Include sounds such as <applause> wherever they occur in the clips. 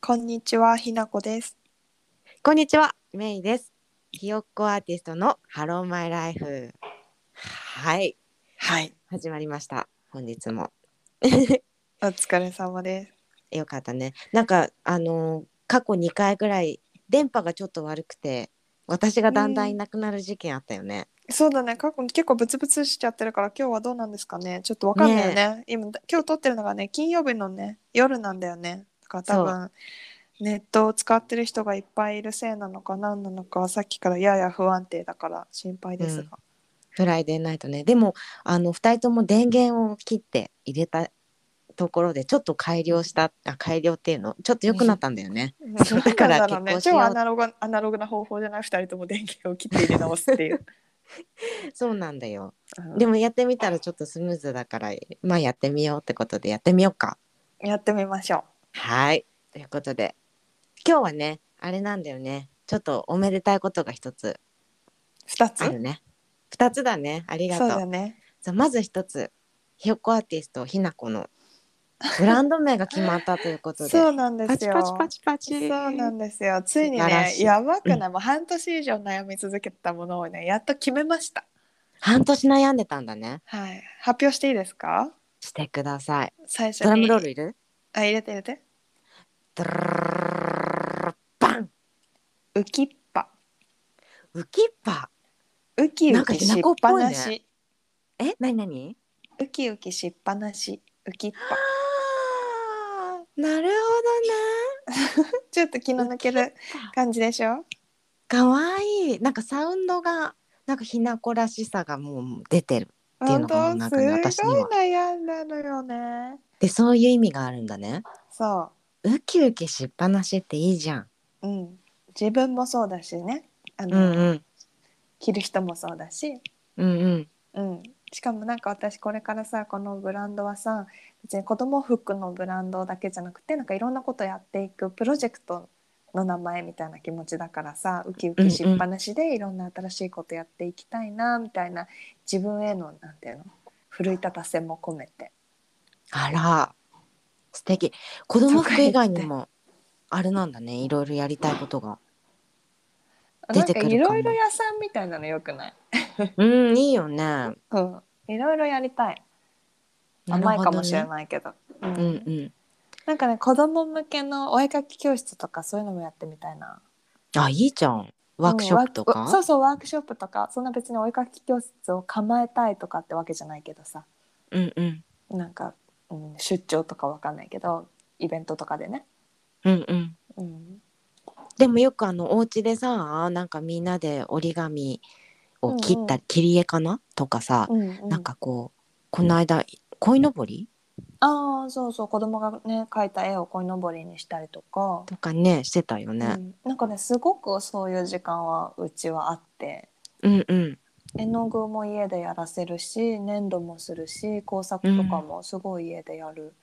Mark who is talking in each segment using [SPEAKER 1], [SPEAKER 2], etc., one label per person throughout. [SPEAKER 1] こんにちは、ひなこです。
[SPEAKER 2] こんにちは、メイです。ひよっこアーティストのハローマイライフ。はい、
[SPEAKER 1] はい。
[SPEAKER 2] 始まりました。本日も
[SPEAKER 1] お疲れ様です。
[SPEAKER 2] よかったね。なんかあのー過去2回ぐらい電波がちょっと悪くて、私がだんだんいなくなる事件あったよね。
[SPEAKER 1] そうだね、過去に結構ブツブツしちゃってるから、今日はどうなんですかね。ちょっとわかんないよね。今、今日撮ってるのがね、金曜日のね、夜なんだよね。だから多分、ネットを使ってる人がいっぱいいるせいなのか何なのか、さっきからやや不安定だから心配ですが。
[SPEAKER 2] フライデーナイトね。でもあの2人とも電源を切って入れたところでちょっと改良したあ改良っていうのちょっと良くなったんだよね。
[SPEAKER 1] うん
[SPEAKER 2] そうだか
[SPEAKER 1] な
[SPEAKER 2] ら
[SPEAKER 1] んだろうね、超
[SPEAKER 2] 結婚しよう
[SPEAKER 1] アナログアナログな方法じゃない2人とも電源を切って入れ直すっていう。
[SPEAKER 2] <laughs> そうなんだよ。
[SPEAKER 1] うん
[SPEAKER 2] でもやってみたらちょっとスムーズだから、まあやってみようってことでやってみようか。
[SPEAKER 1] やってみましょ
[SPEAKER 2] はい。ということで、今日はね、あれなんだよね。ちょっとおめでたいことが一つ
[SPEAKER 1] う。2つ
[SPEAKER 2] あるね。二つだね。ありが
[SPEAKER 1] そ
[SPEAKER 2] と
[SPEAKER 1] う
[SPEAKER 2] う。
[SPEAKER 1] だね。
[SPEAKER 2] そうまず一つ、ひよっこアーティストひなこのブランド名が決まったということで。
[SPEAKER 1] そうなんで
[SPEAKER 2] パ
[SPEAKER 1] す
[SPEAKER 2] チ
[SPEAKER 1] よ。
[SPEAKER 2] パチパチパチ。
[SPEAKER 1] そうなんですよ。ついに
[SPEAKER 2] 素晴ら
[SPEAKER 1] ね、
[SPEAKER 2] しい
[SPEAKER 1] やばくない、もう半年以上悩み続けてたものをね、やっと決めました。
[SPEAKER 2] 半年悩んでたんだね。
[SPEAKER 1] はい、発表していいですか。
[SPEAKER 2] してください。
[SPEAKER 1] 最初に。
[SPEAKER 2] ドラムロールいる
[SPEAKER 1] あ、入れて入れて。
[SPEAKER 2] ドルルルルルバン
[SPEAKER 1] 浮きっぱ。
[SPEAKER 2] 浮きっぱ。
[SPEAKER 1] ウキ
[SPEAKER 2] な
[SPEAKER 1] ウ
[SPEAKER 2] んか
[SPEAKER 1] キ
[SPEAKER 2] ひ
[SPEAKER 1] し
[SPEAKER 2] な
[SPEAKER 1] っ
[SPEAKER 2] こっ
[SPEAKER 1] ぱ
[SPEAKER 2] ぽい
[SPEAKER 1] な
[SPEAKER 2] ね
[SPEAKER 1] し。
[SPEAKER 2] え、なになに
[SPEAKER 1] ウキウキしっぱなし。浮きっぱ。
[SPEAKER 2] あーなるほどね。
[SPEAKER 1] ちょっと気の抜ける感じでしょ
[SPEAKER 2] かわいい。なんかサウンドがなんかひなこらしさがもう出てる。っていう
[SPEAKER 1] 本
[SPEAKER 2] の
[SPEAKER 1] 当
[SPEAKER 2] がもうなんかね
[SPEAKER 1] す
[SPEAKER 2] 私に
[SPEAKER 1] ごい
[SPEAKER 2] は
[SPEAKER 1] 悩んだのよね。
[SPEAKER 2] でそういう意味があるんだね。
[SPEAKER 1] そ
[SPEAKER 2] ウキウキしっぱなしっていいじゃん。
[SPEAKER 1] う。うん。自分もそうだしね。あ
[SPEAKER 2] う
[SPEAKER 1] の、
[SPEAKER 2] んうん
[SPEAKER 1] 着る人もそうだし。
[SPEAKER 2] うんうん。
[SPEAKER 1] うん、しかもなんか私これからさこのブランドはさ別に子供服のブランドだけじゃなくてなんかいろんなことやっていくプロジェクトの名前みたいな気持ちだからさウキウキしっぱなしでいろんな新しいことやっていきたいなみたいな自分へのなんていうの奮い立たせも込めて
[SPEAKER 2] あら素敵。子供服以外にもあれなんだね。いろいろやりたいことが。
[SPEAKER 1] な
[SPEAKER 2] 出
[SPEAKER 1] ん
[SPEAKER 2] て
[SPEAKER 1] か
[SPEAKER 2] くるかも
[SPEAKER 1] いろいろ屋さんみたいなのよくない、
[SPEAKER 2] うんいいよね。
[SPEAKER 1] うん、いろいろやりたい甘いかもしれ
[SPEAKER 2] い。
[SPEAKER 1] ないけど
[SPEAKER 2] うんうん。
[SPEAKER 1] なんかね子供向けのお絵かき教室とかそういうのもやってみたいな。
[SPEAKER 2] あいいじゃん。ワークショップと
[SPEAKER 1] うんワー
[SPEAKER 2] か。
[SPEAKER 1] クそうそうワークショップとかそんな別にお絵かき教室を構えたいとかってわけじゃないけどさ
[SPEAKER 2] うんうん
[SPEAKER 1] なんか、うん、出張とかわかんないけどイベントとかでね、
[SPEAKER 2] うんうん。
[SPEAKER 1] うん、
[SPEAKER 2] でもよくあのお家でさなんかみんなで折り紙を切った、
[SPEAKER 1] うんうん
[SPEAKER 2] 切り絵かなとかさ、
[SPEAKER 1] うん
[SPEAKER 2] なんかこうこの間鯉のぼり
[SPEAKER 1] ああそうそう子供がね描いた絵をこいのぼりにしたりとか、
[SPEAKER 2] とかねしてたよ
[SPEAKER 1] う
[SPEAKER 2] ね。
[SPEAKER 1] ん、なんかねすごくそういう時間はうちはあって
[SPEAKER 2] うんうん。
[SPEAKER 1] 絵の具も家でやらせるし粘土もするし工作とかもすごい家でやる。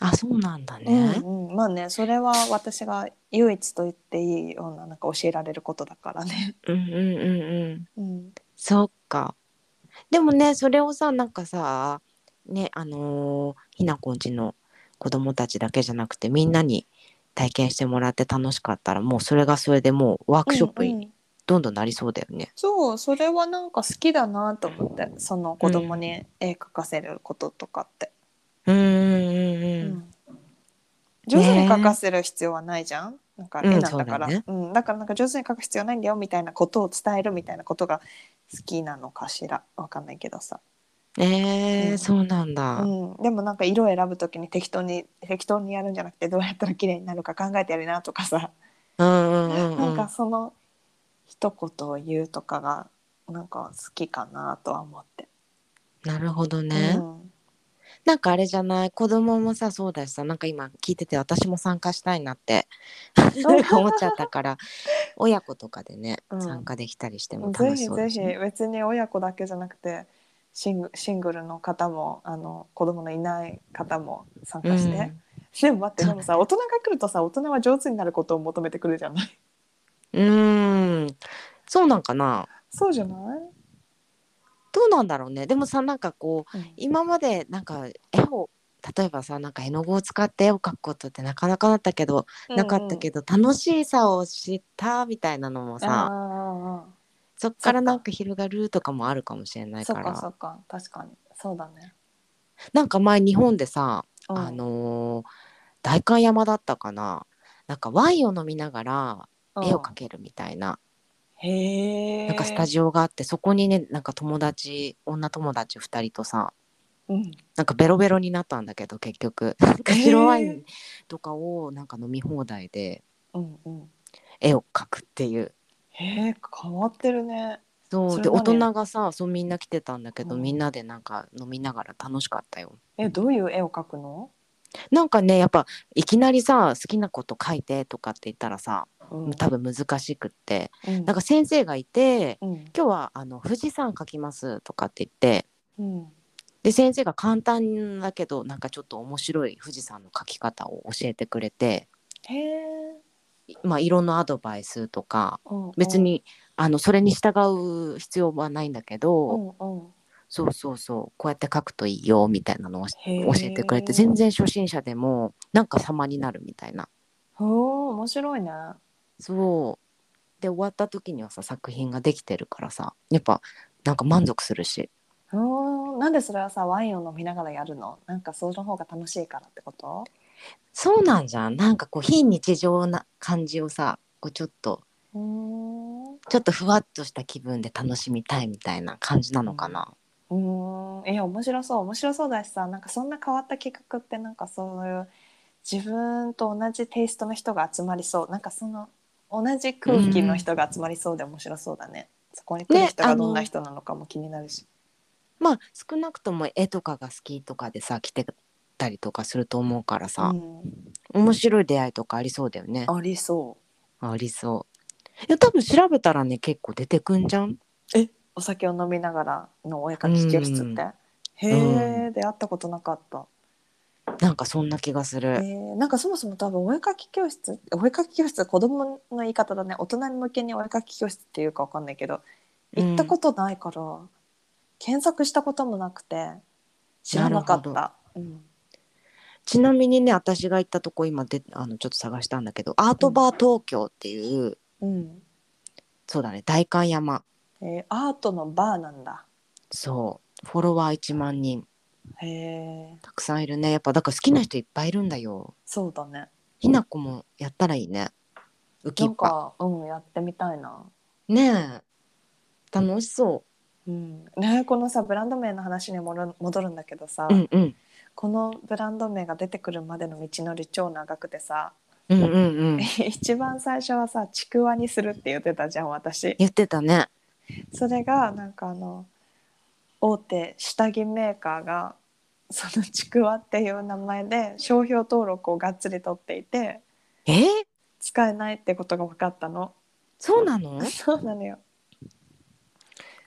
[SPEAKER 2] あそうなんだ
[SPEAKER 1] うん
[SPEAKER 2] ね。
[SPEAKER 1] うん、まあねそれは私が唯一と言っていいようななんか教えられることだから
[SPEAKER 2] <laughs>
[SPEAKER 1] ね。
[SPEAKER 2] うんうんうんうん。
[SPEAKER 1] うん、
[SPEAKER 2] そっか。でもねそれをさなんかさねあのーひなこんちの子供たちだけじゃなくてみんなに体験してもらって楽しかったらもうそれがそれでもうワークショップ
[SPEAKER 1] うんう
[SPEAKER 2] に
[SPEAKER 1] ん
[SPEAKER 2] どんどんなりそうだよね。
[SPEAKER 1] そうそれはなんか好きだなと思ってその子供に絵描かせることとかって、
[SPEAKER 2] うんうんうん
[SPEAKER 1] う
[SPEAKER 2] う。
[SPEAKER 1] んん上手に描かせる必要はないじゃん、なんか絵なんだから、
[SPEAKER 2] う
[SPEAKER 1] うん
[SPEAKER 2] んそう
[SPEAKER 1] だからなんか上手に描く必要ないんだよみたいなことを伝えるみたいなことが好きなのかしらわかんないけどさ、
[SPEAKER 2] えー
[SPEAKER 1] うん
[SPEAKER 2] そうなんだ。
[SPEAKER 1] うん、でもなんか色選ぶときに適当に適当にやるんじゃなくてどうやったら綺麗になるか考えてやるなとかさ
[SPEAKER 2] うんうんうん
[SPEAKER 1] なん
[SPEAKER 2] う
[SPEAKER 1] か
[SPEAKER 2] ん。
[SPEAKER 1] その一言を言うとかがなんか好きかなとは思って。
[SPEAKER 2] なるほどね。
[SPEAKER 1] うん
[SPEAKER 2] なんかあれじゃない子供もさそうだしさなんか今聞いてて私も参加したいなって
[SPEAKER 1] <laughs>
[SPEAKER 2] 思っちゃったから親子とかでね、
[SPEAKER 1] うん
[SPEAKER 2] 参加できたりしても
[SPEAKER 1] ぜ
[SPEAKER 2] 楽し
[SPEAKER 1] ひ
[SPEAKER 2] そうだ
[SPEAKER 1] ぜ
[SPEAKER 2] し
[SPEAKER 1] ひ
[SPEAKER 2] ね、
[SPEAKER 1] 別に親子だけじゃなくてシングシングルの方もあの子供のいない方も参加して、でも待ってでもさ大人が来るとさ大人は上手になることを求めてくるじゃない <laughs>
[SPEAKER 2] うんうーんそうなんかな
[SPEAKER 1] そうじゃない、
[SPEAKER 2] どうなんだろうねでもさなんかこう今までなんか絵を例えばさなんか絵の具を使って絵を描くことってなかなかだったけど、なかった
[SPEAKER 1] ど
[SPEAKER 2] けど楽しさを知ったみたいなのもさ
[SPEAKER 1] あ
[SPEAKER 2] そっからなんか広がるとかもあるかもしれな
[SPEAKER 1] あ
[SPEAKER 2] い
[SPEAKER 1] そ
[SPEAKER 2] か
[SPEAKER 1] っ
[SPEAKER 2] ら
[SPEAKER 1] かそっか確かにそうだね、
[SPEAKER 2] なんか前日本でさ、
[SPEAKER 1] うん
[SPEAKER 2] あのー代官山だったかななんかワインを飲みながら絵を描けるみたいな,、
[SPEAKER 1] うんへえ
[SPEAKER 2] なんかスタジオがあってそこにねなんか友達女友達2人とさ
[SPEAKER 1] オ、うん、
[SPEAKER 2] なんかベロベロになったんだけど結局なんか白ワインとかをなんか飲み放題で
[SPEAKER 1] うんうん
[SPEAKER 2] 絵を描くっていう。
[SPEAKER 1] へえ変わってるね
[SPEAKER 2] そ
[SPEAKER 1] そうれ
[SPEAKER 2] で大
[SPEAKER 1] 何
[SPEAKER 2] 人がさそうみんな来てたんだけど、
[SPEAKER 1] うん
[SPEAKER 2] みんなでなんか飲みながら楽しかったよ。
[SPEAKER 1] えどういう絵を描くの、
[SPEAKER 2] なんかねやっぱいきなりさ好きなこと書いてとかって言ったらさ
[SPEAKER 1] うん、
[SPEAKER 2] 多分難しくって
[SPEAKER 1] うん
[SPEAKER 2] なんか先生がいて
[SPEAKER 1] うん
[SPEAKER 2] 「今日はあの富士山描きます」とかって言って
[SPEAKER 1] うん
[SPEAKER 2] で先生が簡単だけどなんかちょっと面白い富士山の描き方を教えてくれて、
[SPEAKER 1] へえ、
[SPEAKER 2] いまあ、色のアドバイスとか
[SPEAKER 1] うんうん
[SPEAKER 2] 別、にあのそれに従う必要はないんだけ
[SPEAKER 1] う
[SPEAKER 2] ど、
[SPEAKER 1] んうん、
[SPEAKER 2] そうそうそうこうやって描くといいよみたいなのを教
[SPEAKER 1] へえ
[SPEAKER 2] えてくれて全然初心者でもなんか様になるみたいな。
[SPEAKER 1] ほう面白いね
[SPEAKER 2] そうで終わった時にはさ作品ができてるからさやっぱなんか満足するし
[SPEAKER 1] うんなんでそれはさワインを飲みながらやるのなんかその方が楽しいからってこと
[SPEAKER 2] そうなんじゃんなんかこう非日常な感じをさこうちょっと
[SPEAKER 1] うーん
[SPEAKER 2] ちょっとふわっとした気分で楽しみたいみたいな感じなのかな、
[SPEAKER 1] うーんいや面白そう面白そうだしさなんかそんな変わった企画ってなんかそういう自分と同じテイストの人が集まりそうなんかその同じ空気の人が集まりそうで面白そうだね、そこに来る人がどんな人なのかも気になるし、
[SPEAKER 2] まあ少なくとも絵とかが好きとかでさ来てたりとかすると思うから
[SPEAKER 1] う
[SPEAKER 2] さ、
[SPEAKER 1] ん、
[SPEAKER 2] 面白い出会いとかありそうだよね
[SPEAKER 1] ありそ
[SPEAKER 2] ありそういや多分調べたらね結構出てくんじゃん
[SPEAKER 1] うえお酒を飲みながらのお絵描き教室って、へえ、出会ったことなかった
[SPEAKER 2] なんかそんな気がする、
[SPEAKER 1] えーなんかそもそも多分お絵描き教室お絵描き教室は子供の言い方だね大人向けにお絵描き教室っていうかわかんないけど
[SPEAKER 2] うん
[SPEAKER 1] 行ったことないから、検索したこともなくて知らなかっ
[SPEAKER 2] な
[SPEAKER 1] た、うん、
[SPEAKER 2] ちなみにね私が行ったとこ今であのちょっと探したんだけどアートバー東京っていう、
[SPEAKER 1] うん
[SPEAKER 2] そうだね代官山
[SPEAKER 1] えーアートのバーなんだ
[SPEAKER 2] そうフォロワー1万人
[SPEAKER 1] へえ
[SPEAKER 2] たくさんいるねやっぱだから好きな人いっぱいいるんだよ
[SPEAKER 1] そうだね
[SPEAKER 2] ひなこもやったらいいね浮き
[SPEAKER 1] な
[SPEAKER 2] っ
[SPEAKER 1] ん
[SPEAKER 2] ぱ
[SPEAKER 1] かうんやってみたいな
[SPEAKER 2] ねえ楽しそ
[SPEAKER 1] うん、ねこのさブランド名の話に戻る戻るんだけどさ、
[SPEAKER 2] ううんうん
[SPEAKER 1] このブランド名が出てくるまでの道のり超長くてさ、
[SPEAKER 2] うんうんうん
[SPEAKER 1] <laughs> 一番最初はさちくわにするって言ってたじゃん私
[SPEAKER 2] 言ってたね
[SPEAKER 1] それがなんかあの大手下着メーカーがそのちくわっていう名前で商標登録をがっつり取っていて
[SPEAKER 2] えー、
[SPEAKER 1] 使えないってことが分かったの
[SPEAKER 2] そうなの
[SPEAKER 1] <laughs> そうなのよ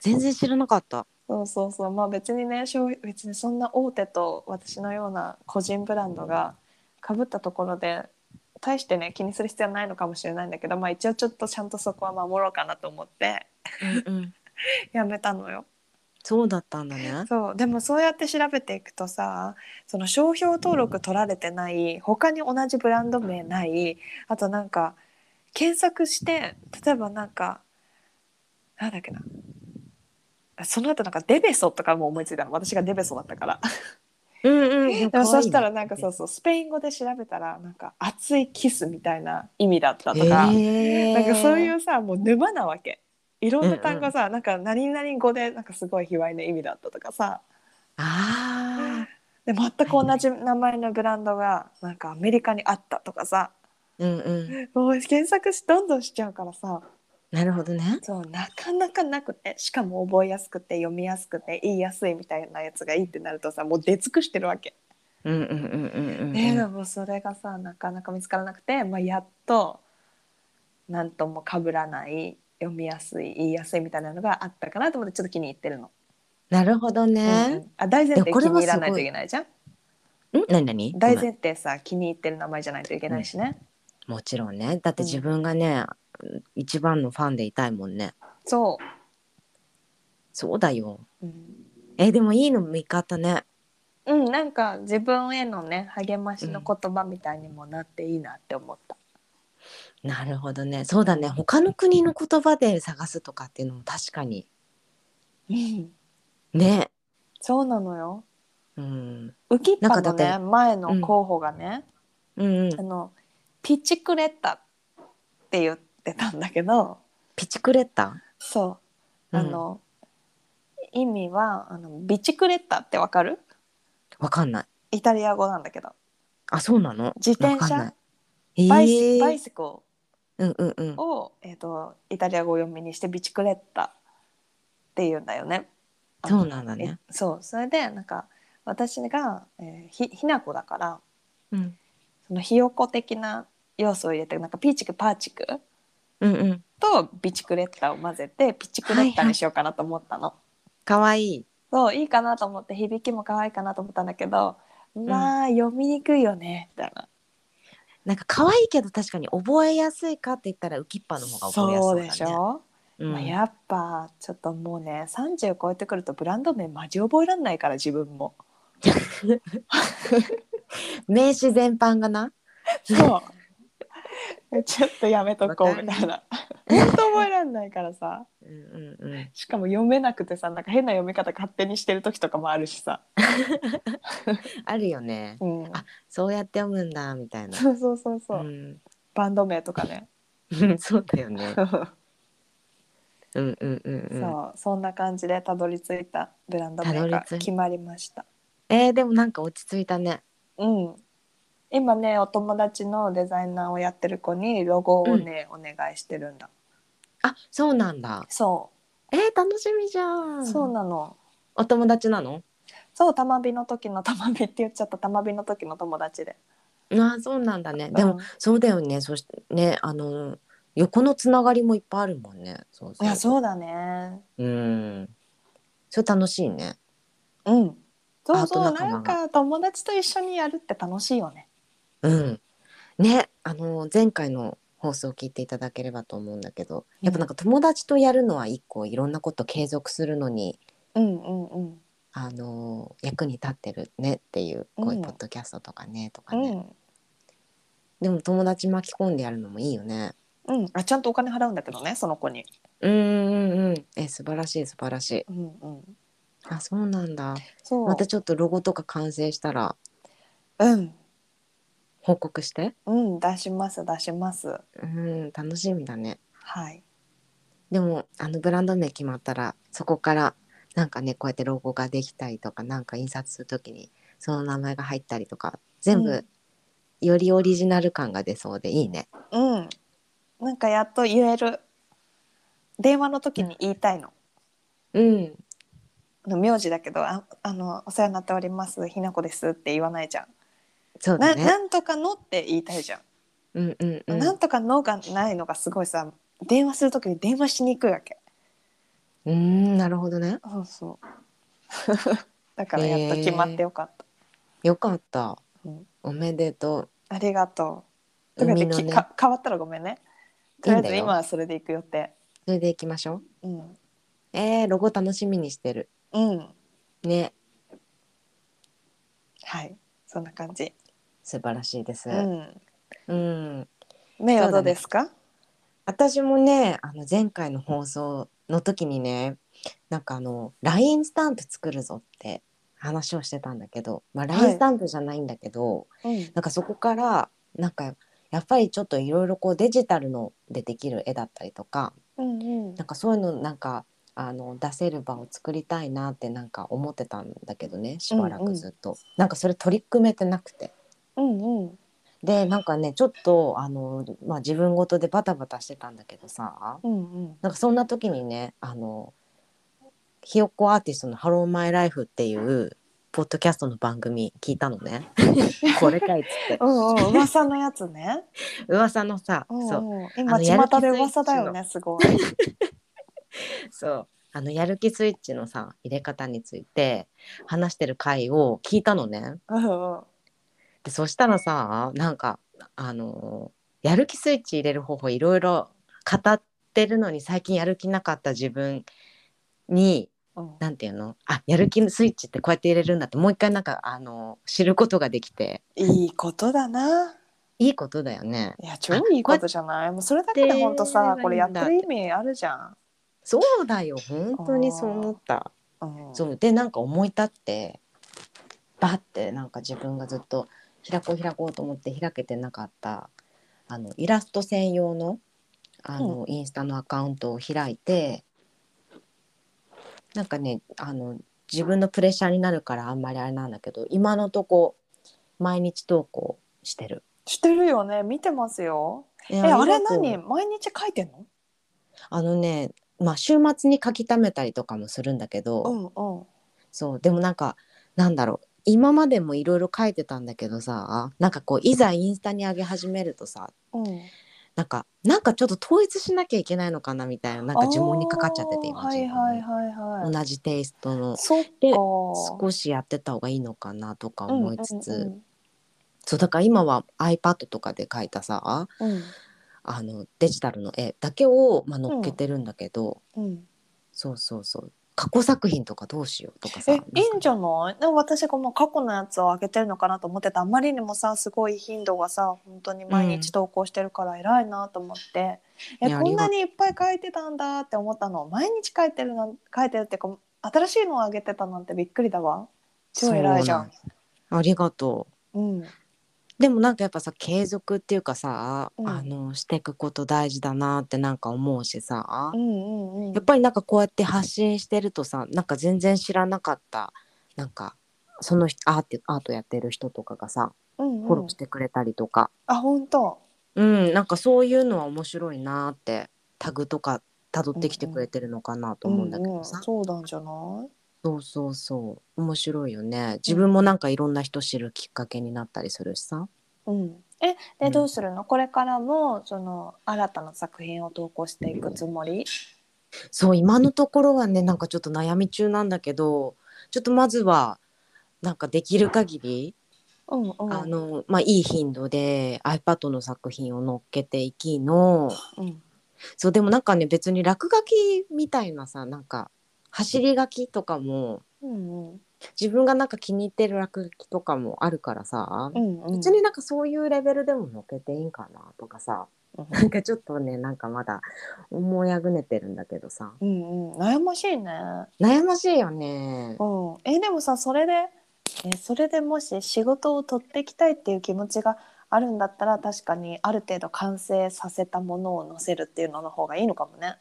[SPEAKER 2] 全然知らなかった
[SPEAKER 1] そうそうそうまあ別にね商別にそんな大手と私のような個人ブランドがかぶったところで大してね気にする必要はないのかもしれないんだけどまあ一応ちょっとちゃんとそこは守ろうかなと思って
[SPEAKER 2] うんうん
[SPEAKER 1] やめたのよ
[SPEAKER 2] そうだったんだね
[SPEAKER 1] そうでもそうやって調べていくとさその商標登録取られてない他に同じブランド名ないあとなんか検索して例えばなんかなんだっけなその後なんかデベソとかも思いついたの私がデベソだったから
[SPEAKER 2] うんうんい
[SPEAKER 1] で
[SPEAKER 2] や
[SPEAKER 1] も
[SPEAKER 2] 可愛
[SPEAKER 1] そ
[SPEAKER 2] いね
[SPEAKER 1] したらなんかそうそうスペイン語で調べたらなんか熱いキスみたいな意味だったとか、
[SPEAKER 2] えー
[SPEAKER 1] なんかそういうさもう沼なわけいろんな単語さ、なんか何々語でなんかすごい卑猥な意味だったとかさ
[SPEAKER 2] ああ、
[SPEAKER 1] で全く同じ名前のブランドがなんかアメリカにあったとかさ
[SPEAKER 2] うん
[SPEAKER 1] <laughs>
[SPEAKER 2] うん、
[SPEAKER 1] もう検索しどんどんしちゃうからさ
[SPEAKER 2] なるほどね。
[SPEAKER 1] そうなかなかなくてしかも覚えやすくて読みやすくて言いやすいみたいなやつがいいってなるとさもう出尽くしてるわけ。
[SPEAKER 2] うんうんうんうんうん。
[SPEAKER 1] ででもそれがさなかなか見つからなくて、まあ、やっとなんともかぶらない読みやすい言いやすいみたいなのがあったかなと思ってちょっと気に入ってるの。
[SPEAKER 2] なるほど
[SPEAKER 1] うんう
[SPEAKER 2] ね。
[SPEAKER 1] んあ大前
[SPEAKER 2] い
[SPEAKER 1] 提
[SPEAKER 2] やこ
[SPEAKER 1] 気
[SPEAKER 2] れ
[SPEAKER 1] に入
[SPEAKER 2] はすごい
[SPEAKER 1] らないといけないじゃん
[SPEAKER 2] うん、なになに。
[SPEAKER 1] 大
[SPEAKER 2] ごめ
[SPEAKER 1] 前提さ気に入ってる名前じゃないといけないしね。
[SPEAKER 2] んもちろんね、だって自分がね、一番のファンでいたいもんね。
[SPEAKER 1] そ
[SPEAKER 2] そうだよ。
[SPEAKER 1] う、うん
[SPEAKER 2] えでもいいの見方ね。
[SPEAKER 1] うん、なんか自分へのね励ましの言葉みたいにもなっていいなって思った。
[SPEAKER 2] なるほどねそうだね他の国の言葉で探すとかっていうのも確かに
[SPEAKER 1] うん、
[SPEAKER 2] ね
[SPEAKER 1] そうなのよ。
[SPEAKER 2] うん
[SPEAKER 1] ウキッパ
[SPEAKER 2] な
[SPEAKER 1] の
[SPEAKER 2] んかだ
[SPEAKER 1] ね
[SPEAKER 2] っ
[SPEAKER 1] 前の候補がね、
[SPEAKER 2] うんうん
[SPEAKER 1] あのピチクレッタって言ってたんだけど、
[SPEAKER 2] ピチクレッタ
[SPEAKER 1] そうあの、意味はあのビチクレッタってわかる？
[SPEAKER 2] わかんない
[SPEAKER 1] イタリア語なんだけど、
[SPEAKER 2] あそうなの
[SPEAKER 1] 自転車
[SPEAKER 2] わかんない
[SPEAKER 1] バイス、
[SPEAKER 2] えー
[SPEAKER 1] バイスコ
[SPEAKER 2] うんうんうん
[SPEAKER 1] をえっ、とイタリア語読みにしてビチクレッタって言うんだよね。
[SPEAKER 2] そうなんだ
[SPEAKER 1] え
[SPEAKER 2] ね
[SPEAKER 1] そうそれでなんか私が、えーひひな子だから
[SPEAKER 2] うん
[SPEAKER 1] そのひよこ的な要素を入れてなんかピーチクパーチク
[SPEAKER 2] うんうん
[SPEAKER 1] とビチクレッタを混ぜてピチクレッタにしようかなと思ったの。
[SPEAKER 2] かわいい
[SPEAKER 1] そういいかなと思って響きも可愛いかなと思ったんだけどまあ、読みにくいよねみたいな。
[SPEAKER 2] なんか可愛いけど確かに覚えやすいかって言ったらウキッパの方が覚えやす
[SPEAKER 1] そう
[SPEAKER 2] そうだね
[SPEAKER 1] でしょ、
[SPEAKER 2] うん
[SPEAKER 1] まあ、やっぱちょっともうね30超えてくるとブランド名マジ覚えらんないから自分も。
[SPEAKER 2] 名刺全般がな
[SPEAKER 1] そう。 <laughs> ちょっとやめとこ
[SPEAKER 2] わ
[SPEAKER 1] う
[SPEAKER 2] かる
[SPEAKER 1] みたいな。本当覚えらんないからさ。
[SPEAKER 2] うんうんうん
[SPEAKER 1] しかも読めなくてさ、なんか変な読み方勝手にしてる時とかもあるしさ。
[SPEAKER 2] あるよね
[SPEAKER 1] うん。
[SPEAKER 2] あそうやって読むんだみたいな
[SPEAKER 1] そうそうそうそう。
[SPEAKER 2] ん、 <laughs>
[SPEAKER 1] バンド名とかね。
[SPEAKER 2] そうだよね
[SPEAKER 1] そう、
[SPEAKER 2] うんうんうんうん
[SPEAKER 1] そんな感じでたどり着いたブランド名が
[SPEAKER 2] たどり着い
[SPEAKER 1] 決まりました。
[SPEAKER 2] えー、でもなんか落ち着いたね
[SPEAKER 1] うん。今ね、お友達のデザイナーをやってる子にロゴをね、お願いしてるんだ。
[SPEAKER 2] あそうなんだ
[SPEAKER 1] そ
[SPEAKER 2] えー、楽しみじゃ
[SPEAKER 1] う、
[SPEAKER 2] ん
[SPEAKER 1] そうなの。
[SPEAKER 2] お友達なの
[SPEAKER 1] そう、たまびの時のたまびって言っちゃったたまびの時の友達で。
[SPEAKER 2] あーそうなんだねでも、
[SPEAKER 1] うん
[SPEAKER 2] そうだよねそしてねあの横のつながりもいっぱいあるもんねそう
[SPEAKER 1] いや
[SPEAKER 2] う
[SPEAKER 1] そうだね。
[SPEAKER 2] うんそれ楽しいね
[SPEAKER 1] うん。そ
[SPEAKER 2] ア
[SPEAKER 1] う
[SPEAKER 2] ート
[SPEAKER 1] そう
[SPEAKER 2] 仲間が
[SPEAKER 1] なんか友達と一緒にやるって楽しいよね。
[SPEAKER 2] うんねあの前回の放送を聞いていただければと思うんだけどやっぱなんか友達とやるのは一個いろんなこと継続するのに
[SPEAKER 1] うんうんうん。
[SPEAKER 2] あの役に立ってるねっていうこういううんポッドキャストとかね、とか
[SPEAKER 1] う
[SPEAKER 2] ね
[SPEAKER 1] ん
[SPEAKER 2] でも友達巻き込んでやるのもいいよね
[SPEAKER 1] うん。あちゃんとお金払うんだけどねその子に。
[SPEAKER 2] うんうんうんえ素晴らしい素晴らしい
[SPEAKER 1] うんうん。
[SPEAKER 2] あそうなんだ
[SPEAKER 1] そう。
[SPEAKER 2] またちょっとロゴとか完成したら
[SPEAKER 1] うん
[SPEAKER 2] 報告して
[SPEAKER 1] うん出します出します。
[SPEAKER 2] うん楽しみだね
[SPEAKER 1] はい。
[SPEAKER 2] でもあのブランド名決まったらそこからなんかねこうやってロゴができたりとかなんか印刷するときにその名前が入ったりとか全部、
[SPEAKER 1] うん
[SPEAKER 2] よりオリジナル感が出そうでいいね
[SPEAKER 1] うん。なんかやっと言える。電話の時に言いたいの。
[SPEAKER 2] うん
[SPEAKER 1] の名字だけどああのお世話になっておりますひなこですって言わないじゃん。
[SPEAKER 2] そう
[SPEAKER 1] な
[SPEAKER 2] だね
[SPEAKER 1] なんとかのって言いたいじゃん。
[SPEAKER 2] うんうんう
[SPEAKER 1] なん
[SPEAKER 2] ん
[SPEAKER 1] とか「の」がないのがすごいさ電話するときに電話しにくいわけ
[SPEAKER 2] うんなるほどね
[SPEAKER 1] そうそう <laughs> だからやっと決まってよかった、
[SPEAKER 2] よかった
[SPEAKER 1] うん
[SPEAKER 2] おめでと
[SPEAKER 1] ありがとうとか
[SPEAKER 2] う
[SPEAKER 1] 言って
[SPEAKER 2] 海の
[SPEAKER 1] き
[SPEAKER 2] ね
[SPEAKER 1] か変わったらごめんねとりあえず今はそれで行く予定
[SPEAKER 2] それでいきましょう
[SPEAKER 1] うん
[SPEAKER 2] えー、ロゴ楽しみにしてる
[SPEAKER 1] うん
[SPEAKER 2] ね
[SPEAKER 1] はいそんな感じ、
[SPEAKER 2] 素晴らしいです
[SPEAKER 1] うん、
[SPEAKER 2] うん
[SPEAKER 1] 目はどうですか
[SPEAKER 2] 私もねあの前回の放送の時にねなんかあの LINE スタンプ作るぞって話をしてたんだけど、まあ、
[SPEAKER 1] は
[SPEAKER 2] LINE
[SPEAKER 1] い
[SPEAKER 2] スタンプじゃないんだけど、
[SPEAKER 1] う,、
[SPEAKER 2] なんかそこからなんかやっぱりちょっといろいろこうデジタルのでできる絵だったりとか
[SPEAKER 1] ん、うんうん
[SPEAKER 2] なんかそういうのなんかあの出せる場を作りたいなってなんか思ってたんだけどねしばらくずっと、なんかそれ取り組めてなくて。
[SPEAKER 1] うんうん
[SPEAKER 2] でなんかねちょっとあの、まあ、自分ごとでバタバタしてたんだけどさ
[SPEAKER 1] うん
[SPEAKER 2] <laughs>
[SPEAKER 1] うん
[SPEAKER 2] なんかそんな時にねあのひよっこアーティストの「ハローマイライフ」っていうポッドキャストの番組聞いたの
[SPEAKER 1] <laughs>
[SPEAKER 2] ねこれかいっつって
[SPEAKER 1] うんうん噂のやつね。
[SPEAKER 2] 噂のさ
[SPEAKER 1] うん
[SPEAKER 2] そう
[SPEAKER 1] うん、今
[SPEAKER 2] あのやる
[SPEAKER 1] 巷
[SPEAKER 2] 気
[SPEAKER 1] で噂だよね、すごい。
[SPEAKER 2] そうあのやる気スイッチのさ入れ方について話してる回を聞いたのね
[SPEAKER 1] うんうん
[SPEAKER 2] でそしたらさなんかあのやる気スイッチ入れる方法いろいろ語ってるのに最近やる気なかった自分に
[SPEAKER 1] うん
[SPEAKER 2] なんていうのあやる気のスイッチってこうやって入れるんだってもう一回なんかあの知ることができて
[SPEAKER 1] いいことだな。
[SPEAKER 2] いいことだよね
[SPEAKER 1] いや超いいことじゃない。もうそれだけで本当さ
[SPEAKER 2] で
[SPEAKER 1] これやってる意味あるじゃん。
[SPEAKER 2] そうだよ本当にそう思った
[SPEAKER 1] うん
[SPEAKER 2] そうでなんか思い立ってバッてなんか自分がずっと開こう開こうと思って開けてなかったあのイラスト専用のあの、インスタのアカウントを開いてなんかねあの自分のプレッシャーになるからあんまりあれなんだけど今のとこ毎日投稿してる。
[SPEAKER 1] してるよね。見てますよ。
[SPEAKER 2] え
[SPEAKER 1] えあれ
[SPEAKER 2] りがとう
[SPEAKER 1] 何毎日書いてんの？
[SPEAKER 2] あのねまあ週末に書き溜めたりとかもするんだけど、
[SPEAKER 1] うんうん。
[SPEAKER 2] そうでもなんかなんだろう今までもいろいろ書いてたんだけどさなんかこういざインスタに上げ始めるとさ
[SPEAKER 1] うん、
[SPEAKER 2] なんかなんかちょっと統一しなきゃいけないのかなみたいななんか呪文にかかっちゃってて
[SPEAKER 1] あー
[SPEAKER 2] 今
[SPEAKER 1] は
[SPEAKER 2] 自
[SPEAKER 1] い
[SPEAKER 2] 分
[SPEAKER 1] はいはいはい。
[SPEAKER 2] 同じテイストの
[SPEAKER 1] そっか。
[SPEAKER 2] で少しやってた方がいいのかなとか思いつつ、そうだから今は iPad とかで書いたさ
[SPEAKER 1] うんうん
[SPEAKER 2] あのデジタルの絵だけを、まあ、載っけてるんだけど、
[SPEAKER 1] うんうんうん
[SPEAKER 2] そうそうそう過去作品とかどうしようとかさ
[SPEAKER 1] え
[SPEAKER 2] なん
[SPEAKER 1] い
[SPEAKER 2] か
[SPEAKER 1] いんじゃないでも私がもう過去のやつを上げてるのかなと思ってたあまりにもさすごい頻度がさ本当に毎日投稿してるから偉いなと思って、
[SPEAKER 2] うんい
[SPEAKER 1] え
[SPEAKER 2] や
[SPEAKER 1] こんなにいっぱい書いてたんだって思ったの毎日書いてるなん書いてるっていうか新しいのを上げてたなんてびっくりだわ超偉いじゃん
[SPEAKER 2] ありがとう
[SPEAKER 1] うん
[SPEAKER 2] でもなんかやっぱさ継続っていうかさ、
[SPEAKER 1] うん
[SPEAKER 2] あのしていくこと大事だなってなんか思うしさ、
[SPEAKER 1] うんうんうん
[SPEAKER 2] やっぱりなんかこうやって発信してるとさなんか全然知らなかったなんかその人アーティアートやってる人とかがさ
[SPEAKER 1] うん
[SPEAKER 2] フォ
[SPEAKER 1] う
[SPEAKER 2] ロ
[SPEAKER 1] ん
[SPEAKER 2] ーしてくれたりとか、
[SPEAKER 1] あ本当
[SPEAKER 2] うんなんかそういうのは面白いなってタグとか辿ってきてくれてるのかなと思うんだけど
[SPEAKER 1] う
[SPEAKER 2] さ
[SPEAKER 1] ん、うん、そうなんじゃない
[SPEAKER 2] そうそうそう面白いよね自分もなんかいろんな人知るきっかけになったりするしさ。
[SPEAKER 1] うん、え
[SPEAKER 2] う
[SPEAKER 1] で
[SPEAKER 2] ん
[SPEAKER 1] どうするの、これからもその新たな作品を投稿していくつもり、
[SPEAKER 2] そう今のところはねなんかちょっと悩み中なんだけどちょっとまずはなんかできる限り、
[SPEAKER 1] うんうん、
[SPEAKER 2] あのまあ、いい頻度で iPad の作品を載っけていきの
[SPEAKER 1] うん
[SPEAKER 2] そうでもなんかね別に落書きみたいなさなんか走り書きとかも
[SPEAKER 1] うんうん
[SPEAKER 2] 自分がなんか気に入ってる落書きとかもあるからさ、
[SPEAKER 1] うんうん
[SPEAKER 2] 別になんかそういうレベルでも載っけていいんかなとかさなんかちょっとねなんかまだ思いあぐねてるんだけどさ
[SPEAKER 1] うんうん悩ましいね、
[SPEAKER 2] 悩ましいよね。
[SPEAKER 1] うん、えでもさそれでえそれでもし仕事を取っていきたいっていう気持ちがあるんだったら確かにある程度完成させたものを載せるっていうのの方がいいのかもね。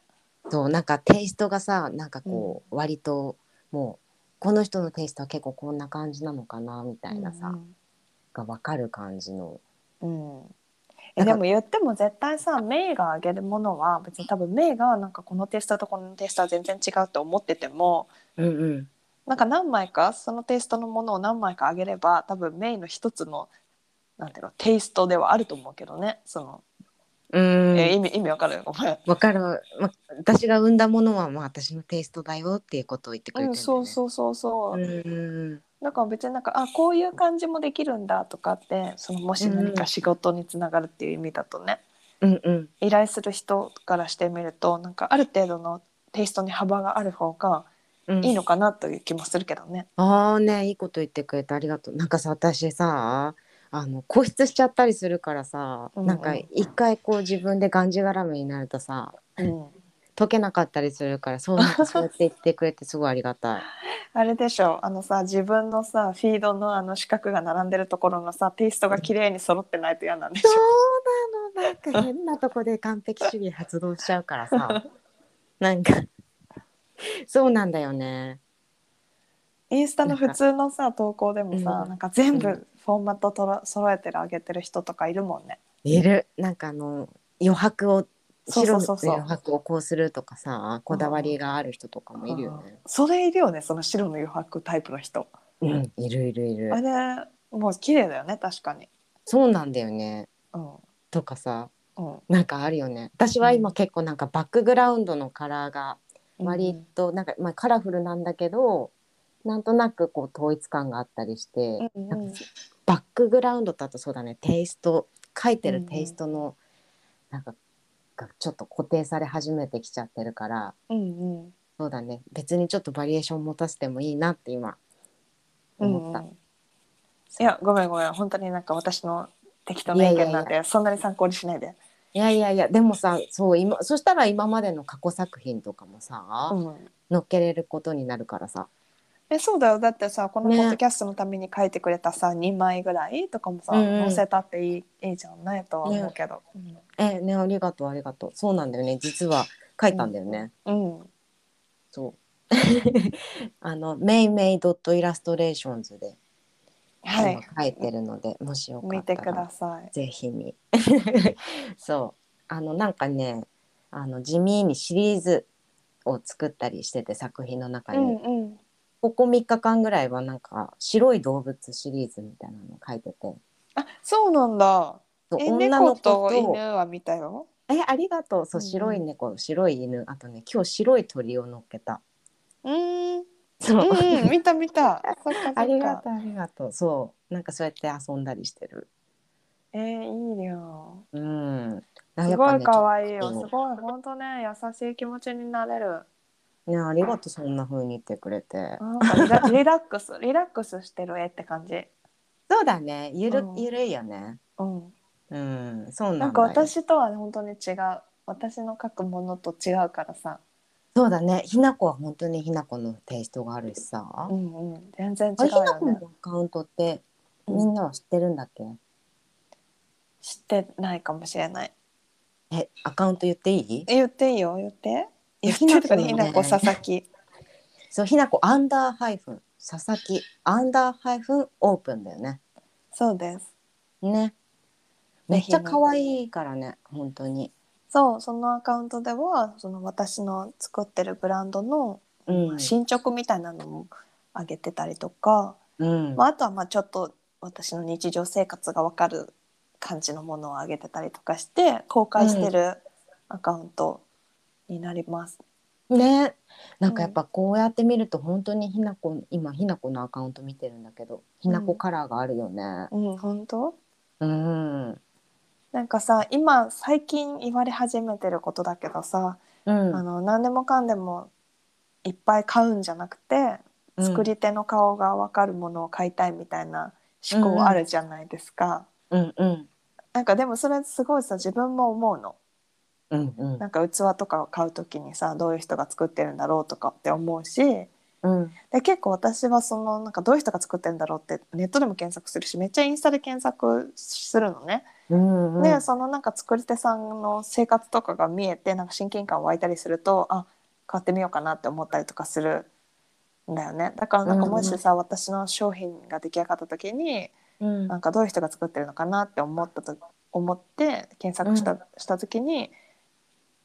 [SPEAKER 2] そうなんかテイストがさなんかこう、割ともうこの人のテイストは結構こんな感じなのかなみたいなさ、が分かる感じの
[SPEAKER 1] うんうんえ
[SPEAKER 2] なんか
[SPEAKER 1] でも言っても絶対さメイがあげるものは別に多分メイがなんかこのテイストとこのテイストは全然違うと思ってても
[SPEAKER 2] うんうん
[SPEAKER 1] なんか何枚かそのテイストのものを何枚かあげれば多分メイの一つのなんていうのテイストではあると思うけどねその、
[SPEAKER 2] うん
[SPEAKER 1] え意味意味わかるお前、
[SPEAKER 2] 分かる、ま、私が生んだものはまあ私のテイストだよっていうことを言ってくれ
[SPEAKER 1] うん、
[SPEAKER 2] てるんだよ
[SPEAKER 1] そう
[SPEAKER 2] ね
[SPEAKER 1] そうそうそう、
[SPEAKER 2] うんうん
[SPEAKER 1] だから別になんかあこういう感じもできるんだとかってそのもし何か仕事につながるっていう意味だとね、
[SPEAKER 2] うんうん
[SPEAKER 1] 依頼する人からしてみるとなんかある程度のテイストに幅がある方が
[SPEAKER 2] うん
[SPEAKER 1] いいのかなという気もするけどね。
[SPEAKER 2] ああねいいこと言ってくれてありがとうなんかさ私さあの固執しちゃったりするからさ、
[SPEAKER 1] うんうん
[SPEAKER 2] なんか一回こう自分でがんじがらめになるとさ
[SPEAKER 1] うん、
[SPEAKER 2] 解けなかったりするからそうなんかそうやって言ってくれてすごいありがたい。
[SPEAKER 1] あれでしょあのさ自分のさフィードのあの四角が並んでるところのさテイストが綺麗に揃ってないと嫌なんでし
[SPEAKER 2] <laughs> そ
[SPEAKER 1] ょ
[SPEAKER 2] うなのなんか <laughs> 変なとこで完璧主義発動しちゃうからさなんかそうなんだよね
[SPEAKER 1] インスタの普通のさ投稿でもさ、
[SPEAKER 2] うん
[SPEAKER 1] なんか全
[SPEAKER 2] う
[SPEAKER 1] 部フォーマットとろ揃えてる上げてる人とかいるもんね。
[SPEAKER 2] いるなんかあの余白を
[SPEAKER 1] そうそ
[SPEAKER 2] 白
[SPEAKER 1] う
[SPEAKER 2] の
[SPEAKER 1] そうそう
[SPEAKER 2] 余白をこうするとかさこだわりがある人とかもいるよね。
[SPEAKER 1] それいるよねその白の余白タイプの人。
[SPEAKER 2] うん、いるいるいる
[SPEAKER 1] あれもう綺麗だよね確かに。
[SPEAKER 2] そうなんだよね
[SPEAKER 1] うん
[SPEAKER 2] とかさ
[SPEAKER 1] うん、
[SPEAKER 2] なんかあるよね私は今結構なんかバックグラウンドのカラーが割となんか、まあ、カラフルなんだけどなんとなくこう統一感があったりして、
[SPEAKER 1] うんうん
[SPEAKER 2] バックグラウンドとあとそうだねテイスト書いてるテイストの、なんかがちょっと固定され始めてきちゃってるから
[SPEAKER 1] うんうん
[SPEAKER 2] そうだね別にちょっとバリエーション持たせてもいいなって今思った、
[SPEAKER 1] うんいやごめんごめん本当になんか私の適当な意見なん
[SPEAKER 2] いやいやい
[SPEAKER 1] でそんなに参考にしないで。
[SPEAKER 2] いやいやいやでもさそう今そしたら今までの過去作品とかもさ、
[SPEAKER 1] うん
[SPEAKER 2] 乗っけれることになるからさ
[SPEAKER 1] えそうだよだってさこのポ
[SPEAKER 2] ね
[SPEAKER 1] ッドキャストのために書いてくれたさ、2枚ぐらいとかもさ、
[SPEAKER 2] うんうん
[SPEAKER 1] 載せたっていいいいじゃんないとは思うけど、
[SPEAKER 2] えねありがとうありがとうそうなんだよね実は書いたんだよね、
[SPEAKER 1] うん、うん、
[SPEAKER 2] そう <laughs> あのメイメイドットイラストレーションズで
[SPEAKER 1] は
[SPEAKER 2] 今
[SPEAKER 1] い
[SPEAKER 2] 書いてるので、もしよか
[SPEAKER 1] 見
[SPEAKER 2] った
[SPEAKER 1] てく
[SPEAKER 2] ら
[SPEAKER 1] ださい
[SPEAKER 2] ぜひに <laughs> そうあのなんかねあの地味にシリーズを作ったりしてて作品の中
[SPEAKER 1] う
[SPEAKER 2] に、
[SPEAKER 1] んうん
[SPEAKER 2] ここ3日間ぐらいはなんか白い動物シリーズみたいなの書いてて
[SPEAKER 1] あそうなんだ
[SPEAKER 2] そう
[SPEAKER 1] え
[SPEAKER 2] 女の
[SPEAKER 1] 猫
[SPEAKER 2] 子と
[SPEAKER 1] と犬は見たよ
[SPEAKER 2] えありがとうそう
[SPEAKER 1] うんうん
[SPEAKER 2] 白い猫、白い犬あとね今日白い鳥を乗っけた
[SPEAKER 1] うーん
[SPEAKER 2] そう、
[SPEAKER 1] うんうん見た見
[SPEAKER 2] <laughs>
[SPEAKER 1] たそっ <laughs> かそっか
[SPEAKER 2] ありがとうありがとうそうなんかそうやって遊んだりしてる
[SPEAKER 1] えー、いいよ
[SPEAKER 2] うん
[SPEAKER 1] すごい可愛い
[SPEAKER 2] ち
[SPEAKER 1] よ。
[SPEAKER 2] ょっ
[SPEAKER 1] す
[SPEAKER 2] と
[SPEAKER 1] ごい本当ね優しい気持ちになれる。
[SPEAKER 2] ねありがとうそんな風に言ってくれて
[SPEAKER 1] なんか
[SPEAKER 2] <laughs>
[SPEAKER 1] リラリラックスリラックスしてる絵って感じ。
[SPEAKER 2] そうだねゆる、
[SPEAKER 1] うん
[SPEAKER 2] ゆるいよね
[SPEAKER 1] うん。
[SPEAKER 2] うんそうな
[SPEAKER 1] なん
[SPEAKER 2] んだよ
[SPEAKER 1] か私とはね本当に違う。私の描くものと違うからさ。
[SPEAKER 2] そうだねひなこは本当にひなこのテイストがあるしさ、
[SPEAKER 1] うんうん。全然
[SPEAKER 2] あ
[SPEAKER 1] 違う
[SPEAKER 2] れひな
[SPEAKER 1] よ
[SPEAKER 2] この
[SPEAKER 1] ね。
[SPEAKER 2] アカウントって
[SPEAKER 1] うん
[SPEAKER 2] みんなは知ってるんだっけ、
[SPEAKER 1] 知ってないかもしれない。
[SPEAKER 2] えアカウント言っていい
[SPEAKER 1] 言っていいよ言って。言っ
[SPEAKER 2] ひな
[SPEAKER 1] て
[SPEAKER 2] こ
[SPEAKER 1] と
[SPEAKER 2] の
[SPEAKER 1] か
[SPEAKER 2] ね
[SPEAKER 1] ねひなこ佐々木。
[SPEAKER 2] そうひなこアンダーハイフン佐々木アンダーハイフンオープンだよね
[SPEAKER 1] そうです。
[SPEAKER 2] ねめっちゃ可愛いからね本当に
[SPEAKER 1] そうそのアカウントではその私の作ってるブランドの
[SPEAKER 2] うん、
[SPEAKER 1] 進捗みたいなのも上げてたりとか。
[SPEAKER 2] うん
[SPEAKER 1] まあ、あとはまあちょっと私の日常生活が分かる感じのものをあげてたりとかして公開してるアカウントになります。
[SPEAKER 2] ねなんかやっぱこうやって見ると本当にひなこ今ひなこのアカウント見てるんだけどひなこカラーがあるよね
[SPEAKER 1] うん、本当
[SPEAKER 2] うん、
[SPEAKER 1] なんかさ今最近言われ始めてることだけどさ、
[SPEAKER 2] うん
[SPEAKER 1] あの何でもかんでもいっぱい買うんじゃなくて、作り手の顔が分かるものを買いたいみたいな思考あるじゃないですか。
[SPEAKER 2] うんうん
[SPEAKER 1] なんかでもそれすごいさ自分も思うの。
[SPEAKER 2] うんうん
[SPEAKER 1] なんか器とかを買う時にさどういう人が作ってるんだろうとかって思うし
[SPEAKER 2] うん
[SPEAKER 1] で結構私はそのなんかどういう人が作ってるんだろうってネットでも検索するしめっちゃインスタで検索するのね。
[SPEAKER 2] うんうん
[SPEAKER 1] でそのなんか作り手さんの生活とかが見えてなんか親近感湧いたりするとあ買ってみようかなって思ったりとかするんだよね。だからなんかもしさ、私の商品が出来上がった時に
[SPEAKER 2] うん
[SPEAKER 1] なんかどういう人が作ってるのかなって思ったと思って検索した,、
[SPEAKER 2] う
[SPEAKER 1] した時に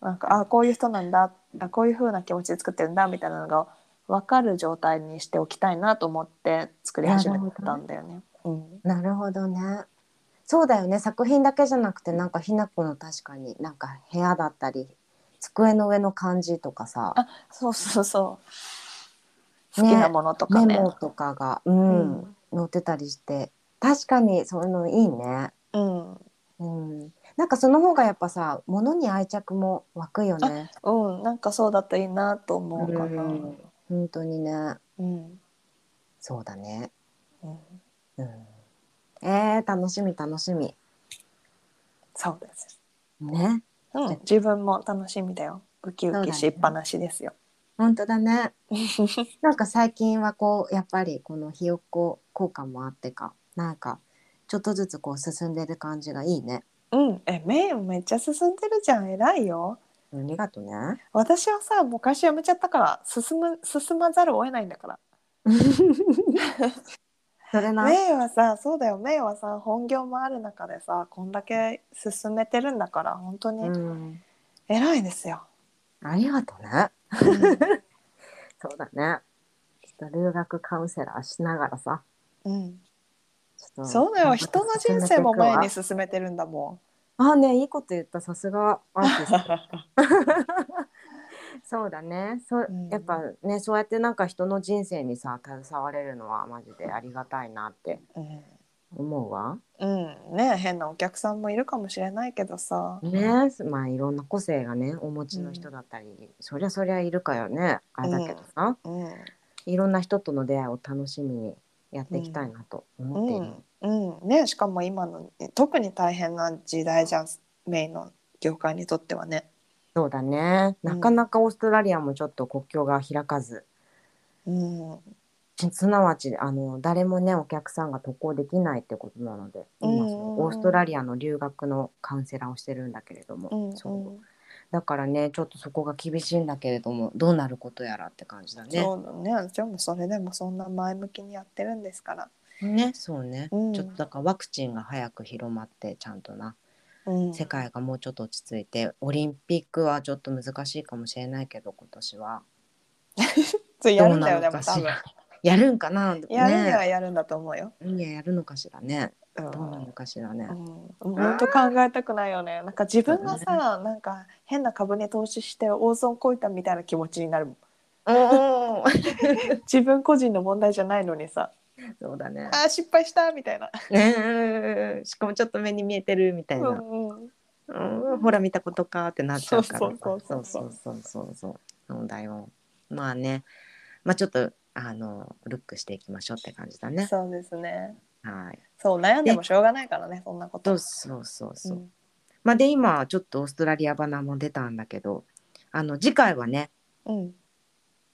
[SPEAKER 1] なんかあこういう人なんだあこういう風な気持ちで作ってるんだみたいなのが分かる状態にしておきたいなと思って作り始めたんだよね。うん、
[SPEAKER 2] なるほどね。そうだよね作品だけじゃなくてなんかひなこの確かになんか部屋だったり机の上の感じとかさ
[SPEAKER 1] あそうそうそう。好
[SPEAKER 2] ね
[SPEAKER 1] きなものとか
[SPEAKER 2] メ
[SPEAKER 1] ね。
[SPEAKER 2] モとかが、うん
[SPEAKER 1] うん
[SPEAKER 2] 載ってたりして確かにそういうのいいね。
[SPEAKER 1] うん、
[SPEAKER 2] うん、なんかその方がやっぱさ物に愛着も湧くよね。
[SPEAKER 1] うん、なんかそうだといいなと思うかな。
[SPEAKER 2] うん本当にね
[SPEAKER 1] うん、
[SPEAKER 2] そうだね。
[SPEAKER 1] うん、
[SPEAKER 2] うん、えー、楽しみ楽しみ。
[SPEAKER 1] そうです。
[SPEAKER 2] ね
[SPEAKER 1] うん、自分も楽しみだよ。ウキウキしっぱなしですよ。
[SPEAKER 2] 本当だ <laughs> ね。なんか最近はこうやっぱりこのひよっこ効果もあってかなんかちょっとずつこう進んでる感じがいいね。
[SPEAKER 1] うん、え、メインめっちゃ進んでるじゃん、偉いよ。
[SPEAKER 2] <laughs> ありがとうね。
[SPEAKER 1] 私はさ、もう会社辞めちゃったから、進む、進まざるを得ないんだか
[SPEAKER 2] それ
[SPEAKER 1] ら。
[SPEAKER 2] な。
[SPEAKER 1] メイはさ、そうだよ、メイはさ、本業もある中でさ、こんだけ進めてるんだから、本当
[SPEAKER 2] う
[SPEAKER 1] に
[SPEAKER 2] ん。
[SPEAKER 1] 偉いです
[SPEAKER 2] <laughs>
[SPEAKER 1] よ。
[SPEAKER 2] ありがとうね。そうだね。ちょっと留学カウンセラーしながらさ。
[SPEAKER 1] うん、
[SPEAKER 2] ちょっと
[SPEAKER 1] そうだよ、人の人生も前に
[SPEAKER 2] 進めていく
[SPEAKER 1] 進めてるんだも
[SPEAKER 2] わあねいいこと言ったさ
[SPEAKER 1] <laughs>
[SPEAKER 2] すがアーティスト
[SPEAKER 1] ん。
[SPEAKER 2] そうだねそう
[SPEAKER 1] うん
[SPEAKER 2] やっぱねそうやってなんか人の人生にさ携われるのはマジでありがたいなって
[SPEAKER 1] うん
[SPEAKER 2] 思うわ。
[SPEAKER 1] うんね変なお客さんもいるかもしれないけどさ、
[SPEAKER 2] ねまあいろんな個性がねお持ちの人だったり、そりゃそりゃいるかよねあれだけどさ、
[SPEAKER 1] うん
[SPEAKER 2] いろんな人との出会いを楽しみにやっていきたいなと思っている、
[SPEAKER 1] うんうんね、しかも今の特に大変な時代じゃんメインの業界にとってはね。
[SPEAKER 2] そうだね
[SPEAKER 1] うん
[SPEAKER 2] なかなかオーストラリアもちょっと国境が開かず、
[SPEAKER 1] うん
[SPEAKER 2] すなわちあの誰もねお客さんが渡航できないってことなので今その
[SPEAKER 1] うん
[SPEAKER 2] オーストラリアの留学のカウンセラーをしてるんだけれども、
[SPEAKER 1] うん
[SPEAKER 2] そうだからねちょっとそこが厳しいんだけれどもどうなることやらって感じだね。
[SPEAKER 1] そうだねでもそれでもそんな前向きにやってるんですから、
[SPEAKER 2] ね、そうね、
[SPEAKER 1] うん
[SPEAKER 2] ちょっとだからワクチンが早く広まってちゃんとな、
[SPEAKER 1] うん、
[SPEAKER 2] 世界がもうちょっと落ち着いてオリンピックはちょっと難しいかもしれないけど今年は
[SPEAKER 1] それや
[SPEAKER 2] ど
[SPEAKER 1] る
[SPEAKER 2] うん
[SPEAKER 1] だ
[SPEAKER 2] な
[SPEAKER 1] よで
[SPEAKER 2] の
[SPEAKER 1] も
[SPEAKER 2] か
[SPEAKER 1] 多
[SPEAKER 2] し
[SPEAKER 1] 分
[SPEAKER 2] ら <laughs> やるんかなね
[SPEAKER 1] やるにはやるんだと思うよ。
[SPEAKER 2] いややるのかしらね
[SPEAKER 1] うん
[SPEAKER 2] どうなのかしらね、
[SPEAKER 1] うん、本当考えたくないよねなんか自分がさ、なんか変な株に投資して大損こいたみたいな気持ちになるもん
[SPEAKER 2] おー
[SPEAKER 1] 自分個人の問題じゃないのにさ
[SPEAKER 2] そうだね
[SPEAKER 1] あー失敗したみたいな、
[SPEAKER 2] ねしかもちょっと目に見えてるみたいうな、
[SPEAKER 1] んうん、
[SPEAKER 2] うんほら見たことかってなっちゃうから
[SPEAKER 1] そうそ
[SPEAKER 2] そうう
[SPEAKER 1] そ
[SPEAKER 2] そううそうそうそうそうだよまあねまあちょっとあのルックしていきましょうって感じだね
[SPEAKER 1] そうですね
[SPEAKER 2] はい
[SPEAKER 1] そう悩んでもしょうがないからねそんなこと
[SPEAKER 2] そ
[SPEAKER 1] は
[SPEAKER 2] うそうそ
[SPEAKER 1] う
[SPEAKER 2] うそう、
[SPEAKER 1] ん
[SPEAKER 2] まあで今ちょっとオーストラリア花も出たんだけどあの次回はね
[SPEAKER 1] うん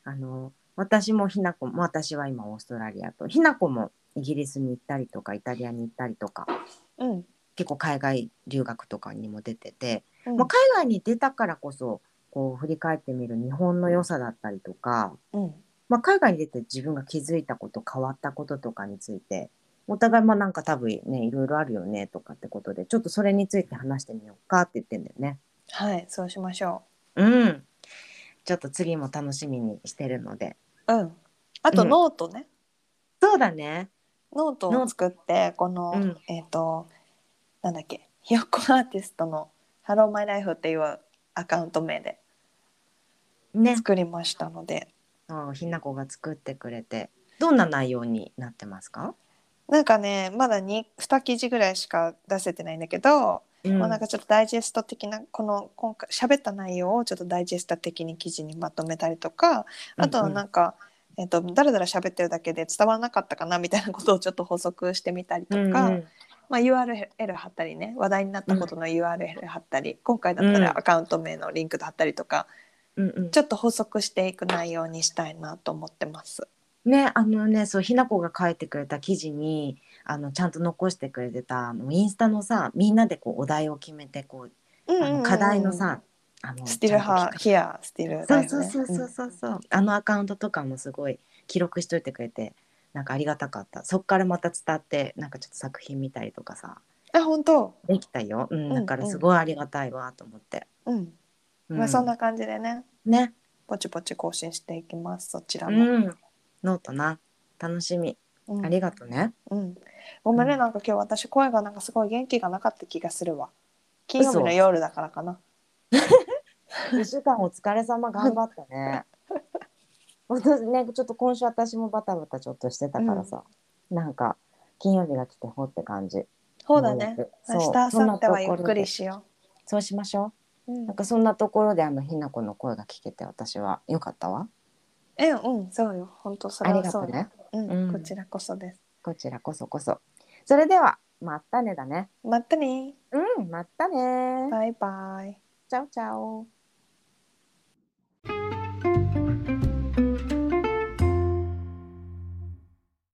[SPEAKER 2] あの私もひなこも私は今オーストラリアとひなこもイギリスに行ったりとかイタリアに行ったりとか
[SPEAKER 1] うん
[SPEAKER 2] 結構海外留学とかにも出てて、
[SPEAKER 1] うん
[SPEAKER 2] まあ、海外に出たからこそこう振り返ってみる日本の良さだったりとか、
[SPEAKER 1] うん
[SPEAKER 2] まあ、海外に出て自分が気づいたこと変わったこととかについてお互いまあなんか多分ねいろいろあるよねとかってことでちょっとそれについて話してみようかって言ってんだよね。
[SPEAKER 1] はいそうしましょ
[SPEAKER 2] うん。ちょっと次も楽しみにしてるので。
[SPEAKER 1] ううんあと
[SPEAKER 2] うん
[SPEAKER 1] ノートね、
[SPEAKER 2] そうだね。
[SPEAKER 1] ノート
[SPEAKER 2] ノー
[SPEAKER 1] を
[SPEAKER 2] ト
[SPEAKER 1] 作ってこの、
[SPEAKER 2] うん
[SPEAKER 1] えっ、となんだっけひよっこアーティストの「ハローマイライフっていうアカウント名で
[SPEAKER 2] ね。
[SPEAKER 1] 作りましたので
[SPEAKER 2] そうひなこが作ってくれて。どんな内容になってますか？
[SPEAKER 1] なんかねまだ 2, 2記事ぐらいしか出せてないんだけど、
[SPEAKER 2] うん
[SPEAKER 1] まあ、なんかちょっとダイジェスト的なこの今回喋った内容をちょっとダイジェスト的に記事にまとめたりとかあとはなんか、えっとだらだら喋ってるだけで伝わらなかったかなみたいなことをちょっと補足してみたりとか、
[SPEAKER 2] うん
[SPEAKER 1] まあ、URL 貼ったりね話題になったことの URL 貼ったり、今回だった
[SPEAKER 2] う
[SPEAKER 1] ら
[SPEAKER 2] ん
[SPEAKER 1] アカウント名のリンク貼ったりとか、
[SPEAKER 2] うんうん
[SPEAKER 1] ちょっと補足していく内容にしたいなと思ってます。
[SPEAKER 2] ねあのねそうひなこが書いてくれた記事にあのちゃんと残してくれてたあのインスタのさみんなでこうお題を決めてこう
[SPEAKER 1] うん
[SPEAKER 2] あの課題のさ、あの
[SPEAKER 1] スティルハー、
[SPEAKER 2] ち
[SPEAKER 1] ヒア、スティル
[SPEAKER 2] ゃ
[SPEAKER 1] だよ
[SPEAKER 2] ん
[SPEAKER 1] ね。
[SPEAKER 2] と聞かそうそうそうそうそう、あのアカウントとかもすごい記録しといてくれてなんかありがたかったそっからまた伝ってなんかちょっと作品見たりとかさ
[SPEAKER 1] うんあ、本当。
[SPEAKER 2] できたよ、うん
[SPEAKER 1] うん
[SPEAKER 2] だからすごいありがたいわと思って、
[SPEAKER 1] うん。
[SPEAKER 2] うん
[SPEAKER 1] まあそんな感じでね、
[SPEAKER 2] ね
[SPEAKER 1] ポチポチ更新していきます。そちら
[SPEAKER 2] う
[SPEAKER 1] も。
[SPEAKER 2] んノートな楽しみ
[SPEAKER 1] うん
[SPEAKER 2] ありがとうね、
[SPEAKER 1] うん。ごめんね、
[SPEAKER 2] うん
[SPEAKER 1] なんか今日私声がなんかすごい元気がなかった気がするわ。金曜日の夜だからかな。
[SPEAKER 2] 一週間お疲れ様頑張ったね
[SPEAKER 1] <laughs>
[SPEAKER 2] 私ねちょっと今週私もバタバタちょっとしてたからさ、なんか金曜日が来てほって感じ
[SPEAKER 1] そうだね。
[SPEAKER 2] そう
[SPEAKER 1] 明日、
[SPEAKER 2] そん
[SPEAKER 1] 明
[SPEAKER 2] な
[SPEAKER 1] 後日は
[SPEAKER 2] と
[SPEAKER 1] ゆ
[SPEAKER 2] こ
[SPEAKER 1] っ
[SPEAKER 2] ろで
[SPEAKER 1] くりしよ
[SPEAKER 2] そうしまし
[SPEAKER 1] う。
[SPEAKER 2] ょ
[SPEAKER 1] うん
[SPEAKER 2] うなんかそんなところであのひなこの声が聞けて私はよかったわ
[SPEAKER 1] えうんそうよ本当それ
[SPEAKER 2] あり
[SPEAKER 1] は
[SPEAKER 2] が
[SPEAKER 1] そ
[SPEAKER 2] と
[SPEAKER 1] う
[SPEAKER 2] うね
[SPEAKER 1] うん
[SPEAKER 2] うん
[SPEAKER 1] こちらこそです
[SPEAKER 2] こちらこそこそそれではまったねだね
[SPEAKER 1] またね
[SPEAKER 2] うんまったね
[SPEAKER 1] バイバイ
[SPEAKER 2] チャオチャオ